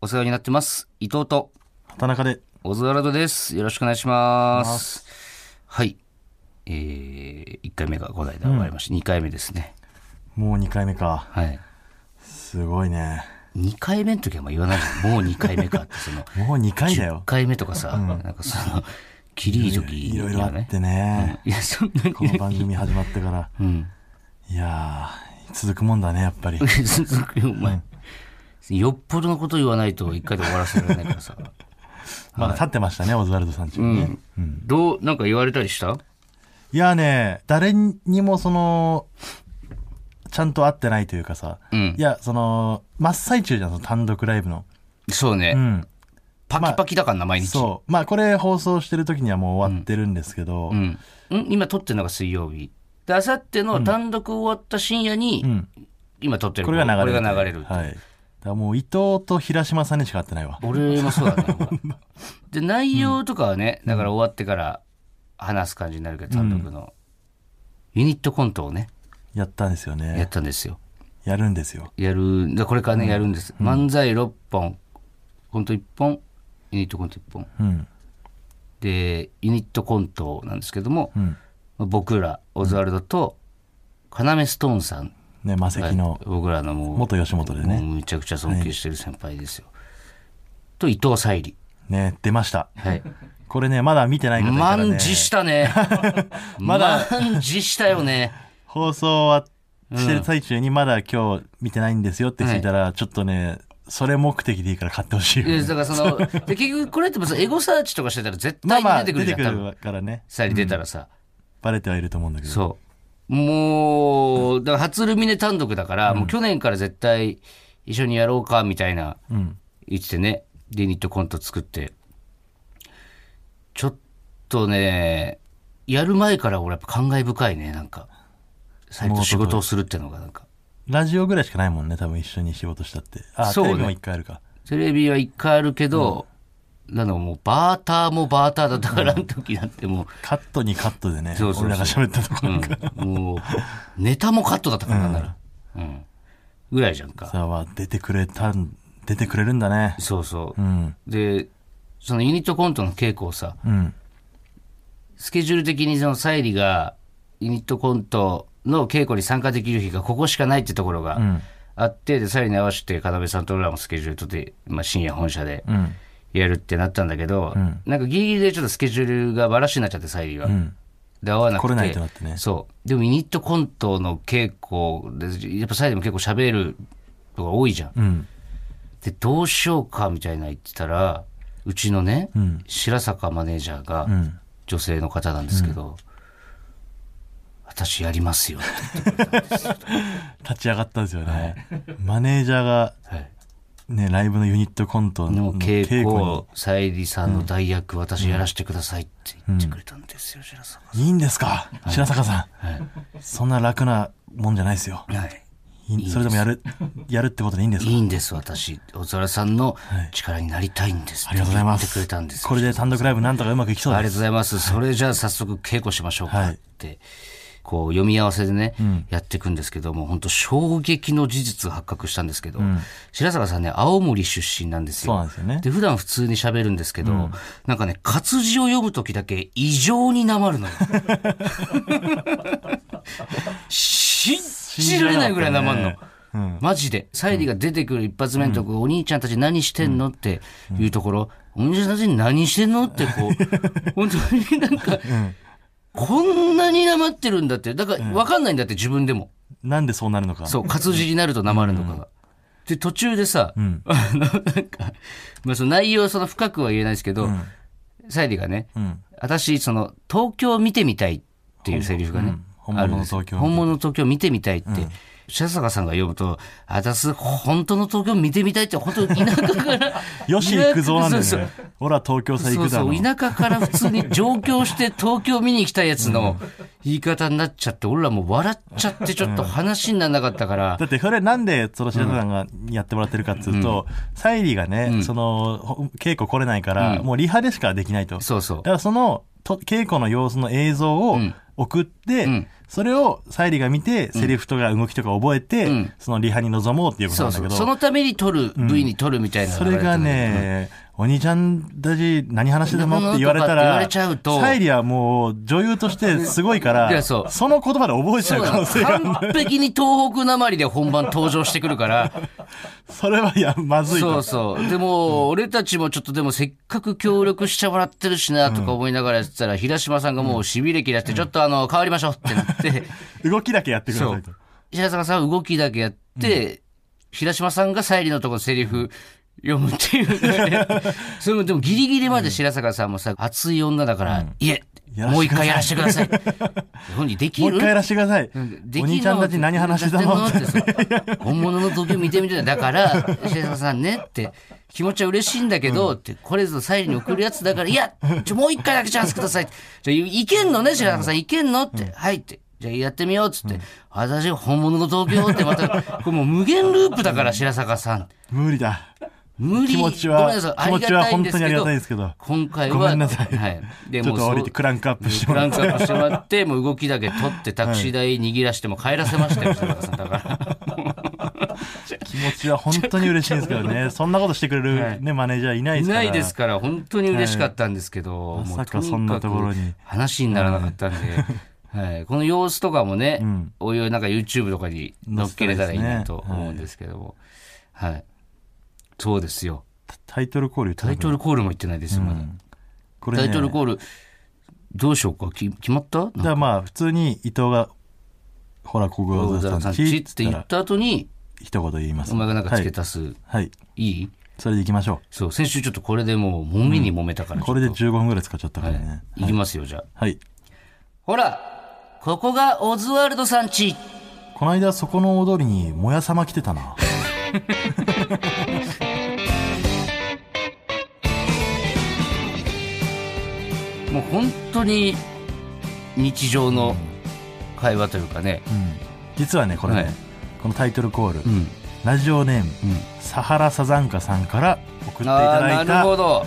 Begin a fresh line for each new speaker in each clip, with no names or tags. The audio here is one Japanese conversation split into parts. お世話になってます。伊藤と
畑中で
オズワルドです。よろしくお願いします。はい。えー、1回目がこの間終わりました。2回目ですね。
もう2回目か
はい。
すごいね
2回目の時はまあ言わない じゃん。もう2回目かって、その、
もう2回だ
10
よ
回目とかさ、なんかその、キリいい時
い
に
ろ
はい
ろあって
うん
ね、
いや、そんな
この
に。
番組始まってから
うん。
いやー続くもんだねやっぱり
続 くよ、お前。よっぽどのこと言わないと一回で終わらせられないからさ。
まだ立ってましたね、オズワルドさんち
う
にね、
ん。どう、なんか言われたりした
いやーね誰にもそのちゃんと会ってないというかさ、
うん
い。やその真っ最中じゃんその単独ライブの
そう
う
ね。
ん
パキパキだからな、毎日。
そうまあこれ放送してる時にはもう終わってるんですけど、
うん。ん今撮ってるのが水曜日。で、あさっての単独終わった深夜に、
うん
今撮ってる
これが流れる
これが流れる。
はいだからもう伊藤と平島さんにしか会ってないわ
俺もそうだ ね。で、内容とかはね、だから終わってから話す感じになるけど、単独の。ユニットコントをね、
やったんですよ
やっ
ね。
たんですよ。
やるんですよ。
やる、だこれからね、やるんです。漫才6本、コント1本、ユニットコント1本。
うん。
で、ユニットコントなんですけども
う、ん。
まあ僕ら、オズワルドと、要ストーンさん
ね、魔石の
僕らのもう
元吉本でね。
もうむちゃくちゃ尊敬してる先輩ですよ、と伊藤沙莉
ね、出ました。
はい
これね、まだ見 てない方いたら
満
ね、
じしたね
まだ
満じしたよ ね
放送はしてる最中にまだ今日見てないんですよって聞いたら、ちょっとね、それ目的でいいから買ってほしいよ
いや
ね。
だからそので結局これって別にエゴサーチとかしてたら絶
ま
対
あ
に
まあ、
出て
出
くるじ
て
ゃん
く
多分
るからね。
沙莉出たらさ、
バレてはいると思うんだけど。
そうもうだから初ルミネ単独だから、もう去年から絶対一緒にやろうかみたいな
うん。
言ってねでニットコント作ってちょっとねやる前から俺やっぱ感慨深いねなんか最近仕事をするってのがなんか
ラジオぐらいしかないもんね、多分一緒に仕事したって。あ、
そう
テ
ね
レビも一回あるか。
テレビは一回あるけど、なんだろうもうバーターもバーターだったからあの時なんても
カットにカットでね、
そうそうそう
俺らが喋ったとこ
う、
ろ
うん
が。
もうネタもカットだったからなんなら、うん、ぐらいじゃんか
さあ、まあ出てくれたん、出てくれるんだね。
そうそう
う、ん。
でそのユニットコントの稽古をさ、
うん。
スケジュール的にその沙莉がユニットコントの稽古に参加できる日がここしかないってところ
う
が
ん。
あって、で、沙莉に合わせて要さんと俺らもスケジュールとって、まあ、深夜本社で
うん。
やるってなったんだけど、
うん
なんかギリギリでちょっとスケジュールがバラシになっちゃって、沙莉が。
うん。
で、合わなくて。
来れないとなってね
そう。でもユニットコントの稽古で、やっぱ沙莉も結構喋るのが多いじゃん。
うん。
で、どうしようかみたいな言ってたら、うちのね、
うん。
白坂マネージャーが、
うん。
女性の方なんですけど、私やります よって
立ち上がったんですよね。マネージャーが、
言って、
ね、ライブのユニットコント
の
の
稽古
に。
をさゆりさんの代役、私やらせてくださいって言ってくれたんですよ、白坂
いいんですか白坂さん。
はい、
そんな楽なもんじゃないですよ。
はい、
いそれでもやる、やるってことでいいんです
い
か
いんです私小沢さんの力になりたいんです
ありがとうございま
って言ってくれたんです
す。
よ
これで単独ライブなんとかうまくいきそう
ありが
で
とう
す。
ございます。それじゃあ早速稽古しましょうか
はい
って、こう読み合わせでね、やっていくんですけども、本当衝撃の事実が発覚したんですけど、白坂さんね、青森出身なんですよ。
そうなんですよね
で、普段普通に喋るんですけど、なんかね、活字を読むときだけ異常になまるの よ。信じられないぐらいなまんの。マジで。サイリが出てくる一発目のとこ、お兄ちゃんたち何してんのっていうところ、お兄ちゃんたち何してんのってこ う、本当になんか、こんなになまってるんだって。だから分かんないんだって自分でも。
なんでそうなるのか。
そう、活字になるとなまるのかが。で、途中でさ、 あの、なんか、まあ、その内容はその深くは言えないですけど、サイリがね、
うん。
私、その、東京見てみたいっていうセリフがね、
本
あ
物
るん
の
ですよ
東京。
本物の東京見てみたいって、白坂さんが読むと、あたす、本当の東京見てみたいって、本当に田舎から、
よし行くぞなんです
そう
よね。俺は東京さ行
そう
くだ
そ
ろ
う、。田舎から普通に上京して東京見に行きたいやつの言い方になっちゃって、俺らもう笑っちゃってちょっと話にならなかったから、
だってそれなんでその白田さんがやってもらってるかっつうと、サイリーがね、そのほ稽古来れないから、もうリハでしかできないと。だ
そうそう
か。らそのと稽古の様子の映像を
ん
送って、
ん
それを沙莉が見て、セリフとか動きとか覚えて、
うん
そのリハに臨もうっていうこと
そ
な
う
んだ
そ
け
う。
ど、
そのために撮る、V に撮るみたいな。
それが、ね、お兄ちゃんたち何話してたのって言われた
言われ
ら、
ちゃうと
沙莉はもう女優としてすごいか
いや
ら、
そう
その言葉で覚えちゃう可能性がある
完璧に東北なまりで本番登場してくるから、
それはいや、まずい
そ
と
う。そう。でも、俺たちもちょっとでもせっかく協力してもらってるしな、とか思いながらやってたら、平島さんがもう痺れ切らして、ちょっとあの、変わりましょうってなって、
動きだけやってくださいと。
平坂さんは動きだけやって、平島さんが沙莉のとこセリフ読むっていうね。それもでもギリギリまで白坂さんもさ、熱い女だから、いえ、
やらせてください
もう一回やらせてください。本人でき
もう
る
一回やらせてください。
でき
お兄ちゃんたち何話してたのって。
さ本物の時計見てみたいな。だから、石坂さんねって、気持ちは嬉しいんだけど、って、これぞサイリに送るやつだから、いや、ちょ、もう一回だけチャンスくださいって。じゃあいけんのね、白坂さん、いけんのって、はいって。じゃあやってみようっつって、私本物の東京ってまた、これもう無限ループだから、白坂さん。
無理だ。
無理
気持ち
ご
は
めんなさい、
気持ちは本当にありがたいんですけど
今回は、
ごめんなさい。
はい。で
ちょっと
もう
降
そう
りてクランクアップして
ク
も
ラ
らっ
ン
て。
クアップしてもらって、もう動きだけ取って、タクシー代握らしても帰らせましたよ、白坂さん。だから。
気持ちは本当に嬉しいんですけど ね。そんなことしてくれ
はい
るね、マネージャーいないで
い
すから。
ないですから、本当に嬉しかったんですけど、
い
もう
まさかそんなところに
にかく話にならなかったんで、はい、この様子とかもね、
うん
おいおいなんか YouTube とかに載っけれたらいいなと思うんですけども、はい、そうですよ。
タイトルコール言った
タイトルコールも言ってないですよ、まだ。
これ
タ
ね
イトルコール、どうしようか、き決まった
だからまあ、普通に伊藤が、ほら、ここ
小
が
沢さん、
ち
ちっ
ってつっ
言
た
っ
ら、
た後に、
一言言います。
お前がなんか付け
た。
足す、
はい。
い、い
それで行きましょ
そう、先週ちょっとこれでもう、揉みに揉めたから、
う。これで15分ぐらい使っちゃったからね。
いきますよ、じゃあ。
はい。
ほら、ここがオズワルドさんち。
この間、そこの大通りに、もやさま来てたな。
もう本当に日常の会話というかね。
うん実はね、これ
はい
ね、このタイトルコール
う、ん。
ラジオネーム、
うん。
サハラサザンカさんから送っていた
あ
だ
あ、
い
なるほ
た
ど。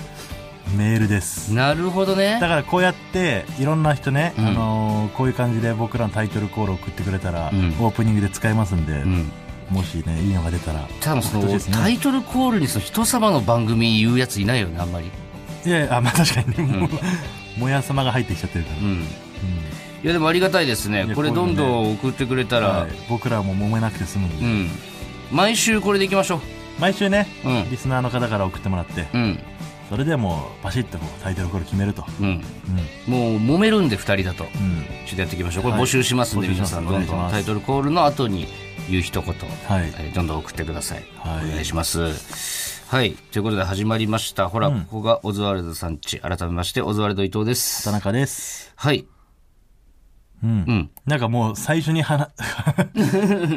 メールです。
なるほどね
だ。からこうやっていろんな人ね、
うん
あのーこういう感じで僕らのタイトルコールを送ってくれたら、
うん
オープニングで使えますんで、
うん。
もしねいいのが出たら
多分そ
送
の
ってほしいです
タ
ね
イトルコールにその人様の番組言うやついないよね、あんまり。
いやいやあまあ確かにね、もう
う
もやさまが入ってきちゃってるから、
う
うん
ん。いやでもありがたいです
い
ね。
や
これどんどん送ってくれたら
はい。僕らも揉めなくて済むん
う
で、
ん。毎週これでいきましょ
毎週ね、
う。うん。
リスナーの方から送ってもらって
うん。
それでもうバシッとこうタイトルコール決めると、
うん。
うん
もう揉めるんで、二人だと。
うん
ちょっとやっていきましょう。これ
はい
募集しますんで、
募集し
皆
ます
さん、
お
ど
願
ん
いし
ど
ます
んタイトルコールの後に言う一言、
はい
えーどんどん送ってください。
はい
お願いします。はい。ということで始まりました。ほら、
うん
ここがオズワルドさんち。改めまして、オズワルド伊藤です
田。中です
はい。
うん、
うん。
なんかもう最初に 話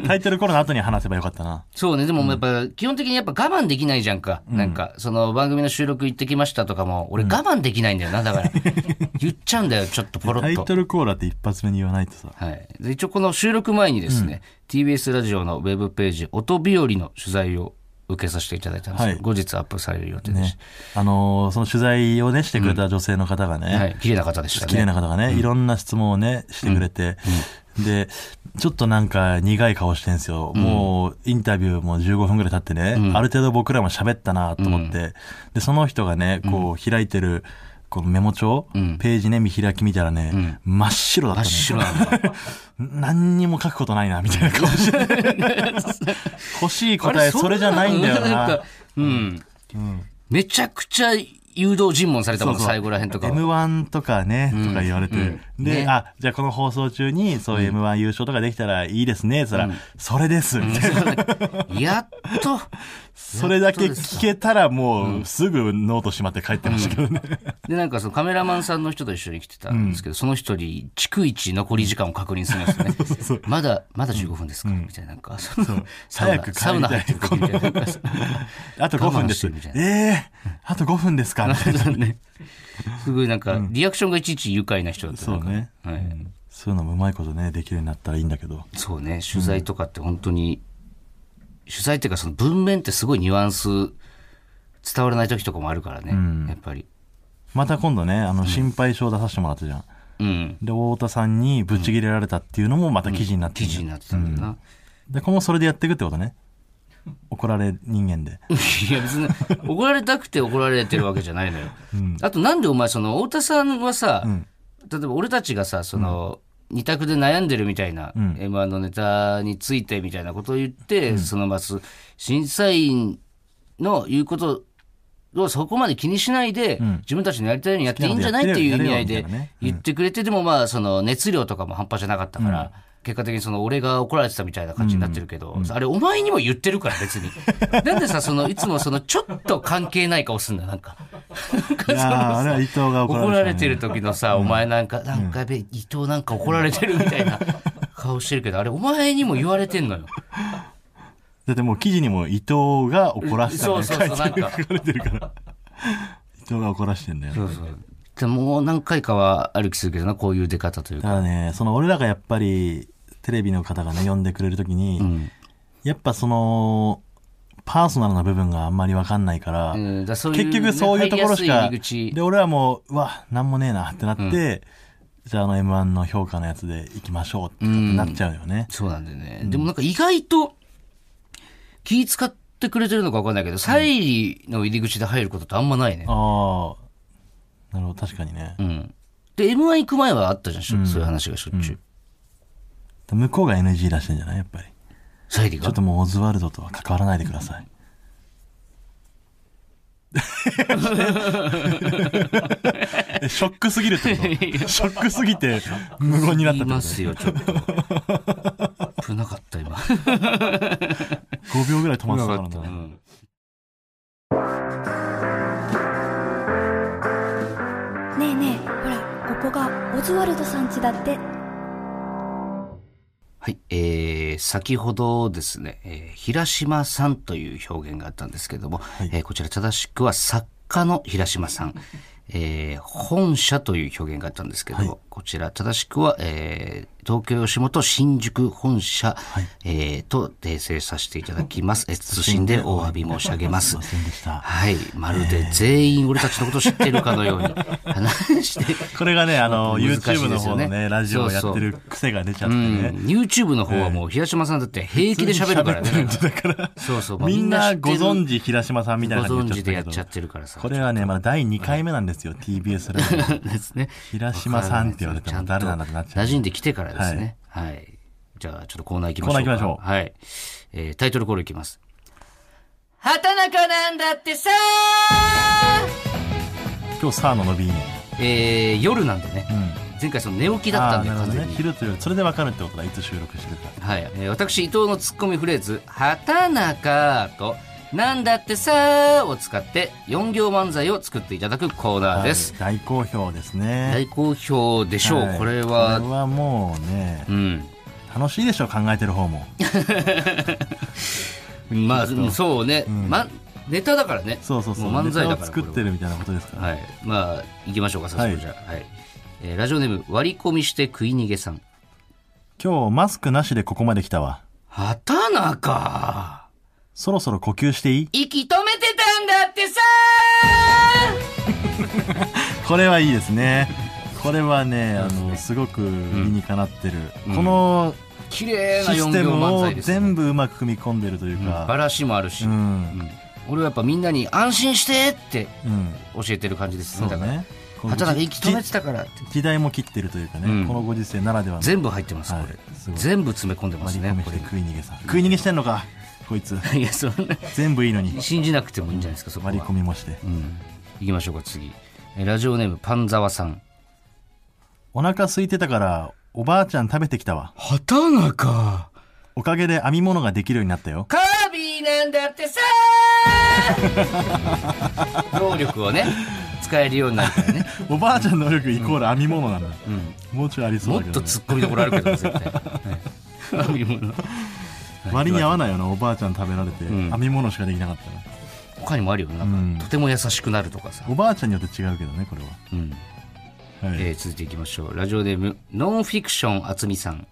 タイトルコールの後に話せばよかったな
そうね。でも、やっぱ、基本的にやっぱ我慢できないじゃんか。なんか、その番組の収録行ってきましたとかも、俺我慢できないんだよな。だ から、言っちゃうんだよ。ちょっとポロ
タ
ッ
イ
と。
トルコールだって一発目に言わないとさ
はい、で一応この収録前にですね、TBS ラジオのウェブページ「音日和」の取材を受けさせていただいたんですけど、
はい
後日アップされる予定でし
ね、あのーその取材をね、してくれた女性の方が
た、は
ね、
い、綺麗な方でした
綺麗
ね
な方がね、いろんな質問をね、してくれて、で、ちょっとなんか苦い顔してんですよ。もう、インタビューも15分ぐらい経ってね、ある程度僕らも喋ったなと思って、で、その人がね、こう、開いてる、このメモ帳、ページね、見開き見たらね、真っ白だった
真っ
ね。
白なんだ
何にも書くことないな、みたいな顔して。 欲しい答え、それじゃないんだよ
ん
な
か。うん、めちゃくちゃ誘導尋問されたもん
そうそう
最後らへんとかは
M1 とかね、とか言われて、で、あ、じゃあこの放送中に、そういう M1 優勝とかできたらいいですね、つったら、それです、みたいな。
やっと
それだけ聞けたらもう、すぐノートしまって帰ってましたけどね。
でなんかそのカメラマンさんの人と一緒に来てたんですけど、その人に逐一残り時間を確認するんです よねまだまだ15分ですか、みたいななんかそのサウ
早
ナ
く帰りたい
サウナ入ってる時みたいななんかその
あと5分で
我慢して
す。
るみたい
ええー、あと5分ですかみたいな
ね、すごいなんか、リアクションがいちいち愉快な人だった
そうね。
なんかはい
そういうのもうまいことね、できるようになったらいいんだけど。
そうね取材とかって本当に、取材っていうかその文面ってすごいニュアンス伝わらない時とかもあるからね、やっぱり
また今度ね、あの、心配性出させてもらったじゃん。
うん。
で、太田さんにぶち切れられたっていうのもまた記事になって
記
る、
事になってたんだよな。
で、今後それでやっていくってことね。怒られ人間で。
いや別に怒られたくて怒られてるわけじゃないのよ。あとなんでお前その太田さんはさ、例えば俺たちがさその、二択で悩んでるみたいな、M1 のネタについてみたいなことを言って、そのまず審査員の言うことをそこまで気にしないで、自分たちのやりたいようにやっていいんじゃないっていう意味合い
や
で
れよやれよみたいなね
言ってくれて、でもまあその熱量とかも半端じゃなかったから、結果的にその俺が怒られてたみたいな感じになってるけど、あれお前にも言ってるから別 になんでさそのいつもそのちょっと関係ない顔すんだなんか
いやーあれは伊藤が怒ら れ,、
怒られてる時のさ、お前なんか、なんかやべ、伊藤なんか怒られてるみたい な顔してるけど、あれお前にも言われてんのよ。
だってもう記事にも伊藤が怒らせた
そう
みた
そ
いうな
そう、なんか。
書かれて るから。伊藤が怒らしてんだよ。
そうそう。でもう何回かは歩きするけどな、こういう出方という
だ
か。
からね、その俺らがやっぱりテレビの方がね、呼んでくれるときに、
ん
やっぱその、パーソナルな部分があんまりわかんないから、
うん、だからそ
結局そういうところしか、
入りやすい入り口
で、俺らもう、うわ、なんもねえなってなって、じゃああの M1 の評価のやつで行きましょうってなっちゃうよね。
そうなんだよね。でもなんか意外と気使ってくれてるのか分かんないけど、サイリの入り口で入ることってあんまないね。
ああ、なるほど、確かにね。
うん。で、M1 行く前はあったじゃんしょ、そういう話がしょっちゅう。
向こうが NG 出してんじゃないやっぱり。
サイリ
ちょ
が
っともうオズワルドとは関わらないでく ださい。えショックすぎ るってことショックすぎて無言になった
い
ってこ
ますよ、ちょっと。 危なかった、今。
と5秒ぐらい止まってたから
う
ね。
ん
ねえねえほらここがオズワルドさん家だって
はい、えー、先ほどですね、えー平島さんという表現があったんですけれども、えーこちら正しくは作家の平島さ ん、えー本社という表現があったんですけれども、こちら正しくは、えー東京吉本新宿本社、えーと訂正させていただき ます。えー謹んでお詫び申し上げます
すいま。せんでした。
はい、まるで全員俺たちのことを知ってるかのように話して
これがね、あの、
難しいですよね
YouTube の方のね、ラジオをやってる癖が出ちゃって
うん
ね。、
YouTube の方はもう平島さんだって平気で喋るからね。
だから、
そうそう、
みんな
知って
ご
る
存知、平島さんみたいな
ご
感
存
じ
知で
で言
やっ
っち
ち
ゃ
ゃ
っ
った
け
てるから
ど。
さ。
こ れはね、まだ第2回目なんですよ、TBS ラジオ。
ですね。
平島さんって言われても誰なんだってなっちゃ
馴
う。
染んできてからですね。はい。じゃあ、ちょっとコーナー行きましょうか。
コーナー行きましょう
はい。えータイトルコールいきます。畑中なんだってさ
今日サーの伸びいいね。
えー、夜なんでね。前回その寝起きだったんで、
あーなる
完
ほど
全
ね
に。
昼というよりそれで分かるってことだいつ収録してるか
はい、えー私伊藤のツッコミフレーズ「畑中」と「なんだってさ」を使って4行漫才を作っていただくコーナーです、
はい大好評ですね
大好評でしょう、
はい
これは
これはもうね
うん
楽しいでしょ考えてる方も
まあそうね、ま、ネタだからね
そうそうそう
も漫才だから
ネタを作ってるみたいなことですから、
はいまあ行きましょうか早速じゃあ、はいえーラジオネーム割り込みして食い逃げさん
今日マスクなしでここまで来たわ
畑中
そろそろ呼吸していい
息止めてたんだってさ
これはいいで すねこれはねあのすごく理にかなってる、この
綺麗な
システ
4行
ム
漫
を
才ですね
全部うまく組み込んでるという
バ
か、
ラシもあるし、
うん
俺はやっぱみんなに安心してって
うん
教えてる感じですね。
そう
だから、
ねこの
畑中息止めてたからって。
時代も切ってるというかね、
うん
このご時世ならではの
全部入ってます、こ
は
れ
いすご。い
全部詰め込んでます
割り
ね
込み、
こ
して食い逃げさん食い逃げしてんのかこいつ
れ。 いや、そんな、
全部いいのに
信じなくてもいいんじゃないですか、そこは。
割り込みもして
うん。行きましょうか、次。えラジオネーム、パンザワさん。
お腹空いてたからおばあちゃん食べてきたわ
畑中
おかげで編み物ができるようになったよ
カービィなんだってさー 能力をね、使えるようになるからね。
おばあちゃんの能力イコール編み物なんだ、もうちょいありそ
もっ
うだけ
と
ど、ね、
突っ込みどころあるけど、絶対。はいもの
割に合わないよなおばあちゃん食べられて、
ん
編み物しかできなかったら
他にもあるよねなんか、
うん
とても優しくなるとかさ、
おばあちゃんによって違うけどねこれは、
うん
はい
えー続いていきましょうラジオネームノンフィクション厚美さん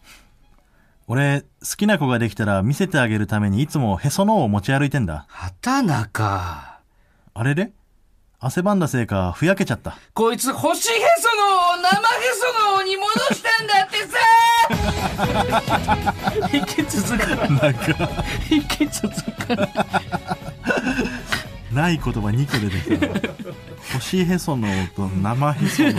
俺好きな子ができたら見せてあげるためにいつもへその緒を持ち歩いてんだ
畑中
あれれ汗ばんだせいか、ふやけちゃった。
こいつ、星へその生へそのに戻したんだってさ 引き続くな。
なんか、
引き続くな。
ない言葉2個出てきた。星へそのと生へその、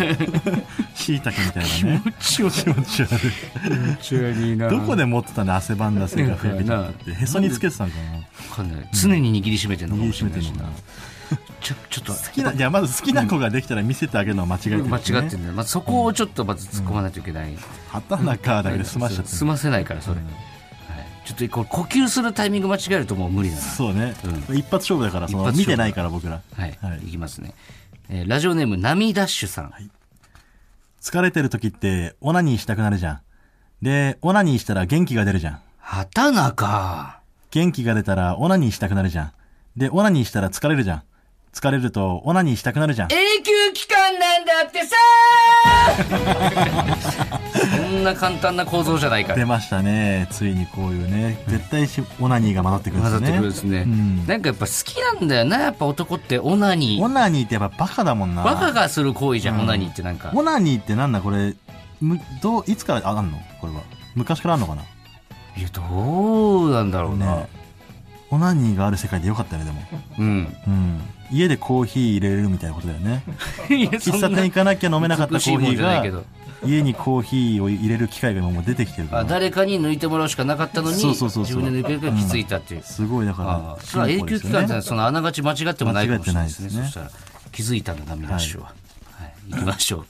しいたけみたいなね。気持ち悪い。どこで持ってたの汗ばんだせいか、ふやけちゃったって。へそにつけてたんかな。
わかんない常に握りしめてるのか
握
も
り
し
し
れな
めて
い
ん
し
のか
な
な。
ちょちょっと
好きな、いや、まず好きな子ができたら見せてあげるのは間違い
間
ですね
違ってんだよ、まあ、そこをちょっとまず突っ込まないといけない、
畑中だけで済ましちゃって
済ませないからそれ、はい、ちょっとこう呼吸するタイミング間違えるともう無理だな
そうね、一発勝負だからそ
一
の
発勝負
見てないから僕ら、
はい、い、きますね、えーラジオネーム波ダッシュさん、
疲れてる時ってオナニーしたくなるじゃんでオナニーしたら元気が出るじゃん
畑中
元気が出たらオナニーしたくなるじゃんでオナニーしたら疲れるじゃん疲れるとオナニーしたくなるじゃん
永久期間なんだってさそんな簡単な構造じゃないから
出ましたねついにこういうね絶対しオナニーが混ざってくるんで
混
す
ざって
よね
くるんですね、
うん
なんかやっぱ好きなんだよなやっぱ男ってオナニー
オナニーってやっぱバカだもんな
バカがする行為じゃん、オナニーってなんか
オナニーってなんだこれむどういつからああんのこれは昔からあんのかない
やどうなんだろうな、
ねオナニーがある世界でよかったねでも、
うん
うん、家でコーヒー入れれるみたいなことだよ ね
いやそ
喫
んな
茶店行かなきゃ飲めなかった
美
コ
しい
ーヒ
もん
ー
じゃない
が
けど
家にコーヒーを入れる機会が今もう出てきてるか
あ
ら
誰かに抜いてもらうしかなかったのに
そうそうそうそう
自分で抜けるから気づいたっていう、
すごいだ
あ
か
あ
ら
それは永久期間じゃない
す
そのあながち間違ってもないかもしれないですね
間
そ
違っ
してたら気づいたんだなミラッシュは、はい行きましょ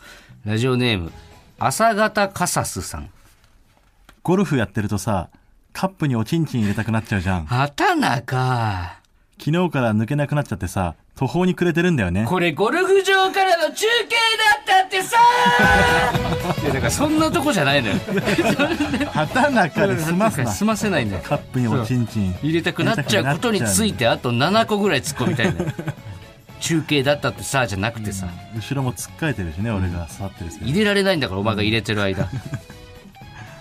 うラジオネーム朝方カサスさん
ゴルフやってるとさカップにおちんちん入れたくなっちゃうじゃん
畑中
昨日から抜けなくなっちゃってさ途方に暮れてるんだよね
これゴルフ場からの中継だったってさいやだからそんなとこじゃないのよ
畑中で済ますな
済ませないんだよ
カップにおちんちん
入れたくなっちゃうことについてあと7個ぐらい突っ込みたいな中継だったってさじゃなくてさ
後ろもつっかえてるしね俺が座ってるせいで
入れられないんだからお前が入れてる 間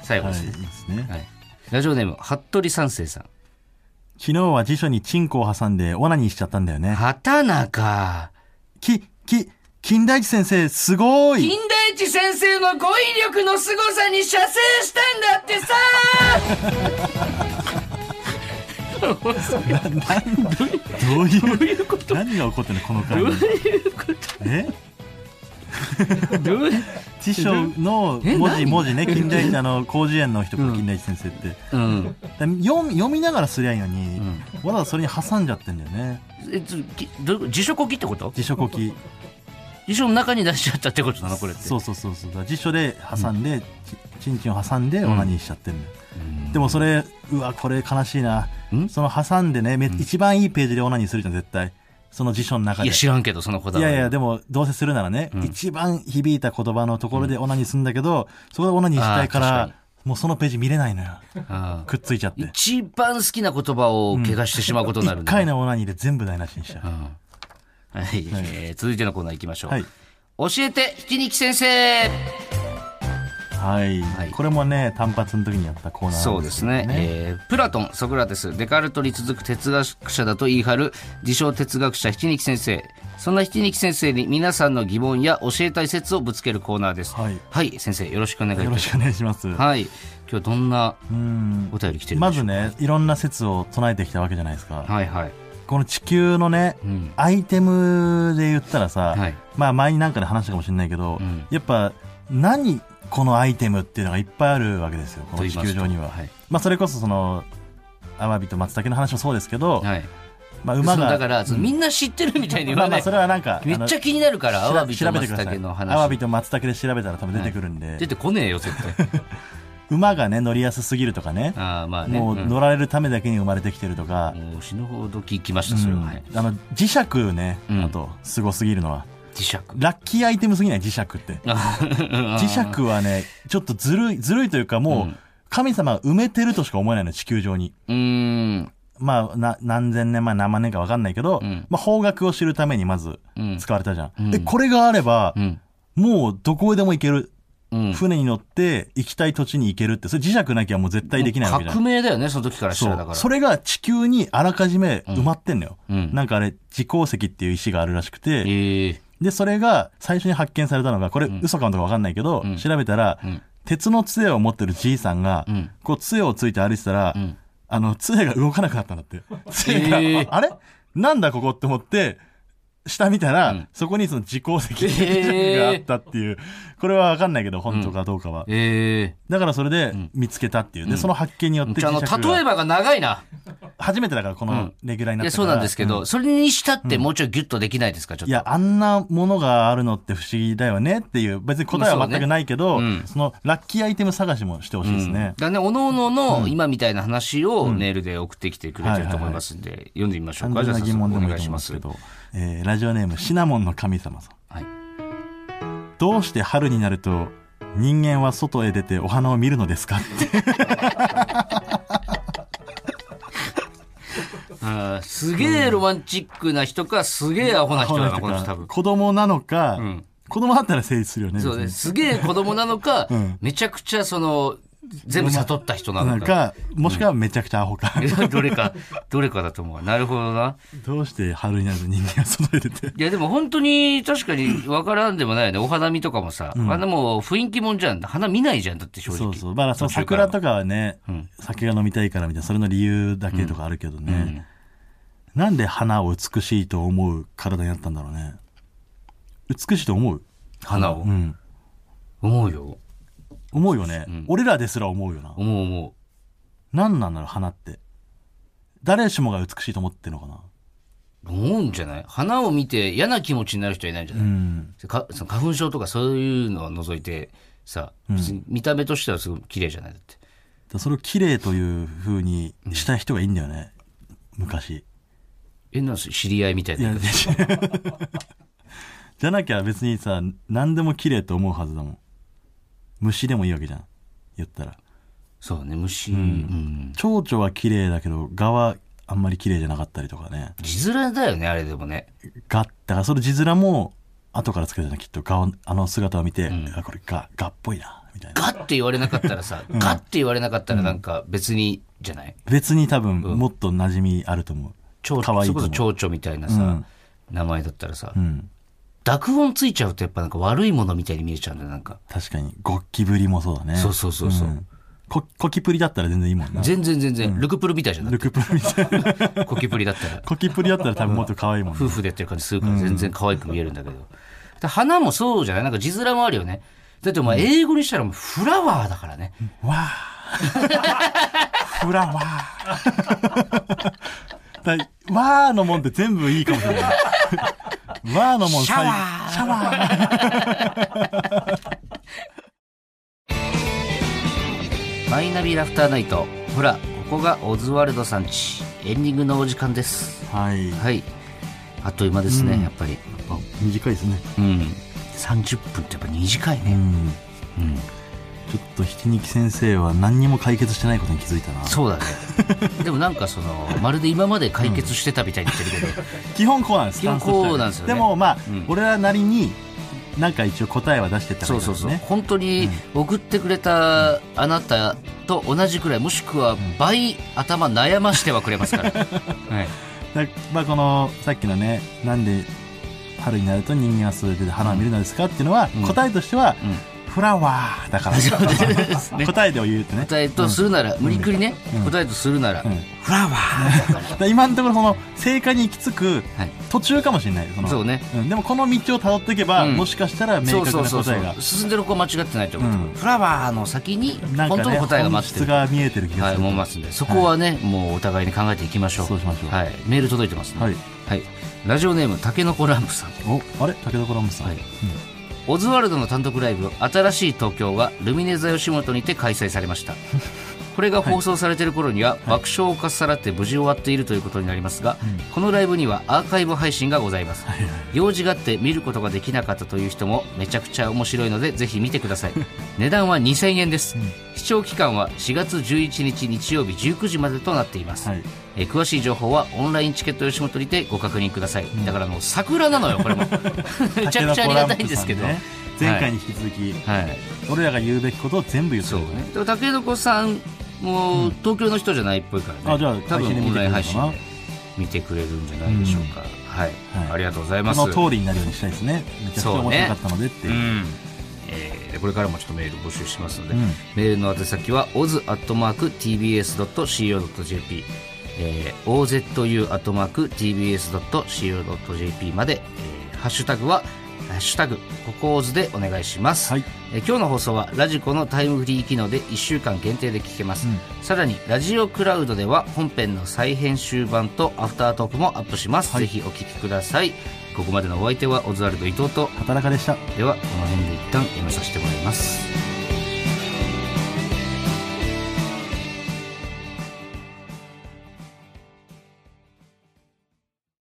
最後
は
で
い
す
いい
ね、
ですね
はいラジオネーム服部三世さん
昨日は辞書にチンコを挟んでオナニーしちゃったんだよね。
畑中
き、き、金大地先生、すごーい
金田一先生の語彙力の凄さに射精したんだってさ
どういう、何が起こってんのこの回。どうえ
どう
辞書の
え
文字、
何
文字ね、金大地、あの、広辞苑の人から金大地先生って。
うん
だ読み読みながらすりゃいいのに、わざわざそれに挟んじゃってんだよね。
えちょきどういうこと辞書こきってこと
辞書こき。
辞書の中に出しちゃったってことなのこれって
そうそうそうそう。だから辞書で挟んで、ちチンチンを挟んでオナニーしちゃってんだよ。でもそれ、うわ、これ悲しいな。
ん
その挟んでね、め一番いいページでオナニーするじゃん、絶対。その辞書の中
い
で。
や知らんけどそのこだ
い
わ
や
り
いや、でも、どうせするならね、一番響いた言葉のところでオナニーするんだけど、そこでオナニーしたいか
あー
ら
確、
もうそのページ見れないのよ。
ああ
くっついちゃって。
一番好きな言葉を怪我してしまうことになる
一
んだね
回のオナニーで全部ないなしにしちゃう。
はい、えー続いてのコーナー行きましょう。
はい
教えて、ひき肉先生
はい、
はい
これもね、単発の時にやったコーナーなん
そうですね。えープラトン、ソクラテス、デカルトに続く哲学者だと言い張る、自称哲学者ひき肉先生。そんなひき肉先生に皆さんの疑問や教えたい説をぶつけるコーナーです。
はい
先生、よろしくお願いいたし
よ
ま
ろ
す。
しくお願いします。
はい。今日どんな
うん
お便り来てるん
ま
でしょ
ず
う
ね、いろんな説を唱えてきたわけじゃないですか。
はいはい。
この地球のね、
うん
アイテムで言ったらさ、
はい
まあ前になんかで話したかもしれないけど、
ん
やっぱ何このアイテムっていうのがいっぱいあるわけですよ、この地球上には。
と言いますとはい
まあそれこそその、アワビと松茸の話もそうですけど、
はい。
まあ
そ
馬
の
が、
だから、そのみんな知ってるみたいに言
まあ
わ
ま
な
あ
い
そ。れはなんか、
めっちゃ
あ
気になるから、
の
アワビと
調
松
べてください
茸の話。
アワビと松茸で調べたら多分出てくるんで、
出てこねえよ、絶対。
馬がね、乗りやすすぎるとかね、
ああ、まあね。
もうん乗られるためだけに生まれてきてるとか、
もう死ぬほど聞きました、それは。はい
うんあの磁石ね、
うん
あと、すごすぎるのは。
磁石。
ラッキーアイテムすぎない磁 石って。磁石はね、ちょっとずるい、ずるいというかもう、神様が埋めてるとしか思えないの、地球上に。
うーん。
まあ、な、何千年前、何万年か分かんないけど、
ん
まあ、方角を知るためにまず
うん、
使われたじゃん。で、これがあれば、
うん。
もう、どこへでも行ける
うん
船に乗って行きたい土地に行けるって、それ磁石なきゃもう絶対できないわけじゃん
革。命だよね、その時からした
そ
らだか
う。
ら。
それが地球にあらかじめ埋まってんのよ。
うんうん
なんかあれ、地鉱石っていう石があるらしくて、
ええ
で、それが最初に発見されたのが、これ嘘かもとかわかんないけど、
うん
調べたら、
ん
鉄の杖を持ってるじいさんが、
うん
こう杖をついて歩いてたら、
ん
あの、杖が動かなくなったんだって。杖が、
えー
あれなんだここって思って、下見たら、
ん
そこにその時効石
えー
があったっていう、これはわかんないけど、本当かどうかは。
ええ
だからそれで見つけたっていう。で、その発見によって
じゃあ
磁石
あ
が
の、例えばが長いな。
初めてだからこのレギュラーに
い
な
や、
ったか
そ
ら、
うなんですけど、それにしたってもうちょいギュッとできないですか、ちょっと。
いや、あんなものがあるのって不思議だよねっていう、別に答え
ま
は
あそうね
全くないけど、そ
うん
のラッキーアイテム探しもしてほしいですね。
だね、おのおのの今みたいな話をメールで送ってきてくれてると思いますんで、読んでみましょう
単
か。
純
じゃあ早
な疑
速お
問でもいい
願いし
と思うん
ま
です
す
け。ど、えーラジオネームシナモンの神様さん。
はい。
どうして春になると人間は外へ出てお花を見るのです かって。
あーすげえロマンチックな人か、すげえアホな人だな、この人多分。
子供なのか、
ん
子供だったら成立するよね。
そうね、
別に
すげえ子供なのか
ん、
めちゃくちゃその、全部悟った人な
な
の
ん
か。
か、もしくはめちゃくちゃアホか。
どれか、どれかだと思うわ。なるほどな。
どうして春になると人間は外へ出て。
いや、でも本当に確かに分からんでもないよね。お花見とかもさ。あんなもう雰囲気もんじゃん。花見ないじゃん。だって正直。
そうそう。まあ、その
途中から
桜とかはね、酒が飲みたいからみたいな、それの理由だけとかあるけどね。なんで花を美しいと思う体になったんだろうね。美しいと思う
花を
う。ん。
思うよ。
思うよね。俺らですら思うよな。
思う思
何なんだろう、花って。誰しもが美しいと思ってるのかな。
う。思うんじゃない花を見て嫌な気持ちになる人はいないんじゃない、
うん。
かその花粉症とかそういうのを除いてさ、別に見た目としてはすごい綺麗じゃないだって。
だからそれを綺麗という風にした人がいいんだよね。昔。
え、なんす知り合いみたい
いや、
な。
じゃなきゃ別にさ、何でも綺麗と思うはずだもん。虫でもいいわけじゃん。言ったら。
そうね、虫。うん。
蝶々は綺麗だけど、蛾はあんまり綺麗じゃなかったりとかね。
字面だよね、あれでもね。
蛾って、だからそれ字面も後からつけたじゃん。きっと蛾を、あの姿を見て、あ、これ蛾、蛾っぽいな、みたいな。
ガッて言われなかったらさ、ガッて言われなかったらなんか別にじゃない
別に多分、もっと馴染みあると思う。
蝶
可愛い
そ
と
れこ
思。
そう蝶々みたいなさ、
うん
名前だったらさ、
うん。
濁音ついちゃうとやっぱなんか悪いものみたいに見えちゃうんだよ、なんか。
確かに、ゴッキブリもそうだね。
そうそうそうそうん
こコキプリだったら全然いいもんな。
全然全然、ルクプルみたいじゃな
ル
く
クプリみたいな。
て、コキプリだったら。
コキプリだったら多分もっと可愛いもんね。
夫婦でやってる感じするから全然可愛く見えるんだけど。で花もそうじゃないなんか字面もあるよね。だってお前英語にしたらもうフラワーだからね。
わあ。フラワー。 だいわあのもんって全部いいかもしれない。わあのもん
シャワー
ー。シャワー。
マイナビラフターナイト。ほら、ここがオズワルドさんち。エンディングのお時間です。
はい。
はい。あっという間ですね、
うん
やっぱり。
あ短いですね。
うん。30分ってやっぱ短いうね。
ん。
うん。
ちょっとひき肉先生は何にも解決してないことに気づいたな。
そうだ ね。でもなんかその、まるで今まで解決してたみたいに言ってるけど、
基本こうなんです。
基本こうなんですよね
スタンスとしてはでもまあ、
うん
俺らなりに、なんか一応答えは出してったか
そ
ら
う
ね。
そうそう。本当に送ってくれたあなたと同じくらい、もしくは倍頭悩ましてはくれます から。はい。
だまあ、このさっきのねなんで春になると人間は育てて花を見るのですかっていうのは、
ん
答えとしては、
う
フラワーだから
ですね
答えでを言うとね
答えとするなら、無理くりね、答えとするなら、
うん
フラワーだか
だから今のところその正解に行き着く
ら。はい。
途中かもしれないその
そうね
んでもこの道をたどっていけば、
うん
もしかしたら明
そう
確
そう
な
そうそ
答えが
う。進んでる子は間違ってないと思う。
うん
フラワーの先に、
なんか
本当
ね
の答えが
本
待って
質
る。
が見えてる気が
はい、
する、
思いますんで、そこはね、もうお互いに考えていきましょう。
そうしましょう
はい、メール届いてますね。
はい
はいラジオネーム、たけのこランプさん。
おあれ武田コラムさん、
はいオズワルドの単独ライブ、新しい東京がルミネ座吉本にて開催されま した。これが放送されている頃には、爆笑をかっさらって無事終わっているということになりますが、このライブにはアーカイブ配信がございます。用事があって見ることができなかったという人もめちゃくちゃ面白いので、ぜひ見てくだ さい。値段は2000円です。視聴期間は4月11日日曜日19時までとなっています。
はい
えー詳しい情報はオンラインチケット吉 本にてご確認ください、だからもう桜なのよこれもめちゃくちゃありがたいんですけど、
竹の子ランプさんね前回に引き続き、
はい。
俺らが言うべきことを全部言って
そう
る。
ね。でも竹の子さんも東京の人じゃないっぽいからね。
あじゃあ
多分オンライン配信
配
で
信
見てくれるんじゃないでしょうか。はい
はい。
ありがとうございま
こ
す。
の通りになるようにしたいですね。めちゃくちゃ面白かったのでっていう
う。んえーこれからもちょっとメール募集しますので、
うん
メールの宛先は oz.tbs.co.jp、えー、ozu.tbs.co.jp まで、えーハッシュタグは「ハッシュタグここオズ」でお願いします、
はい
えー今日の放送はラジコのタイムフリー機能で1週間限定で聞けます、さらにラジオクラウドでは本編の再編集版とアフタートークもアップします、ぜひお聞きくださいここまでのお相手はオズワルド伊藤と
働かでした。
ではこの辺で一旦やめさせてもらいます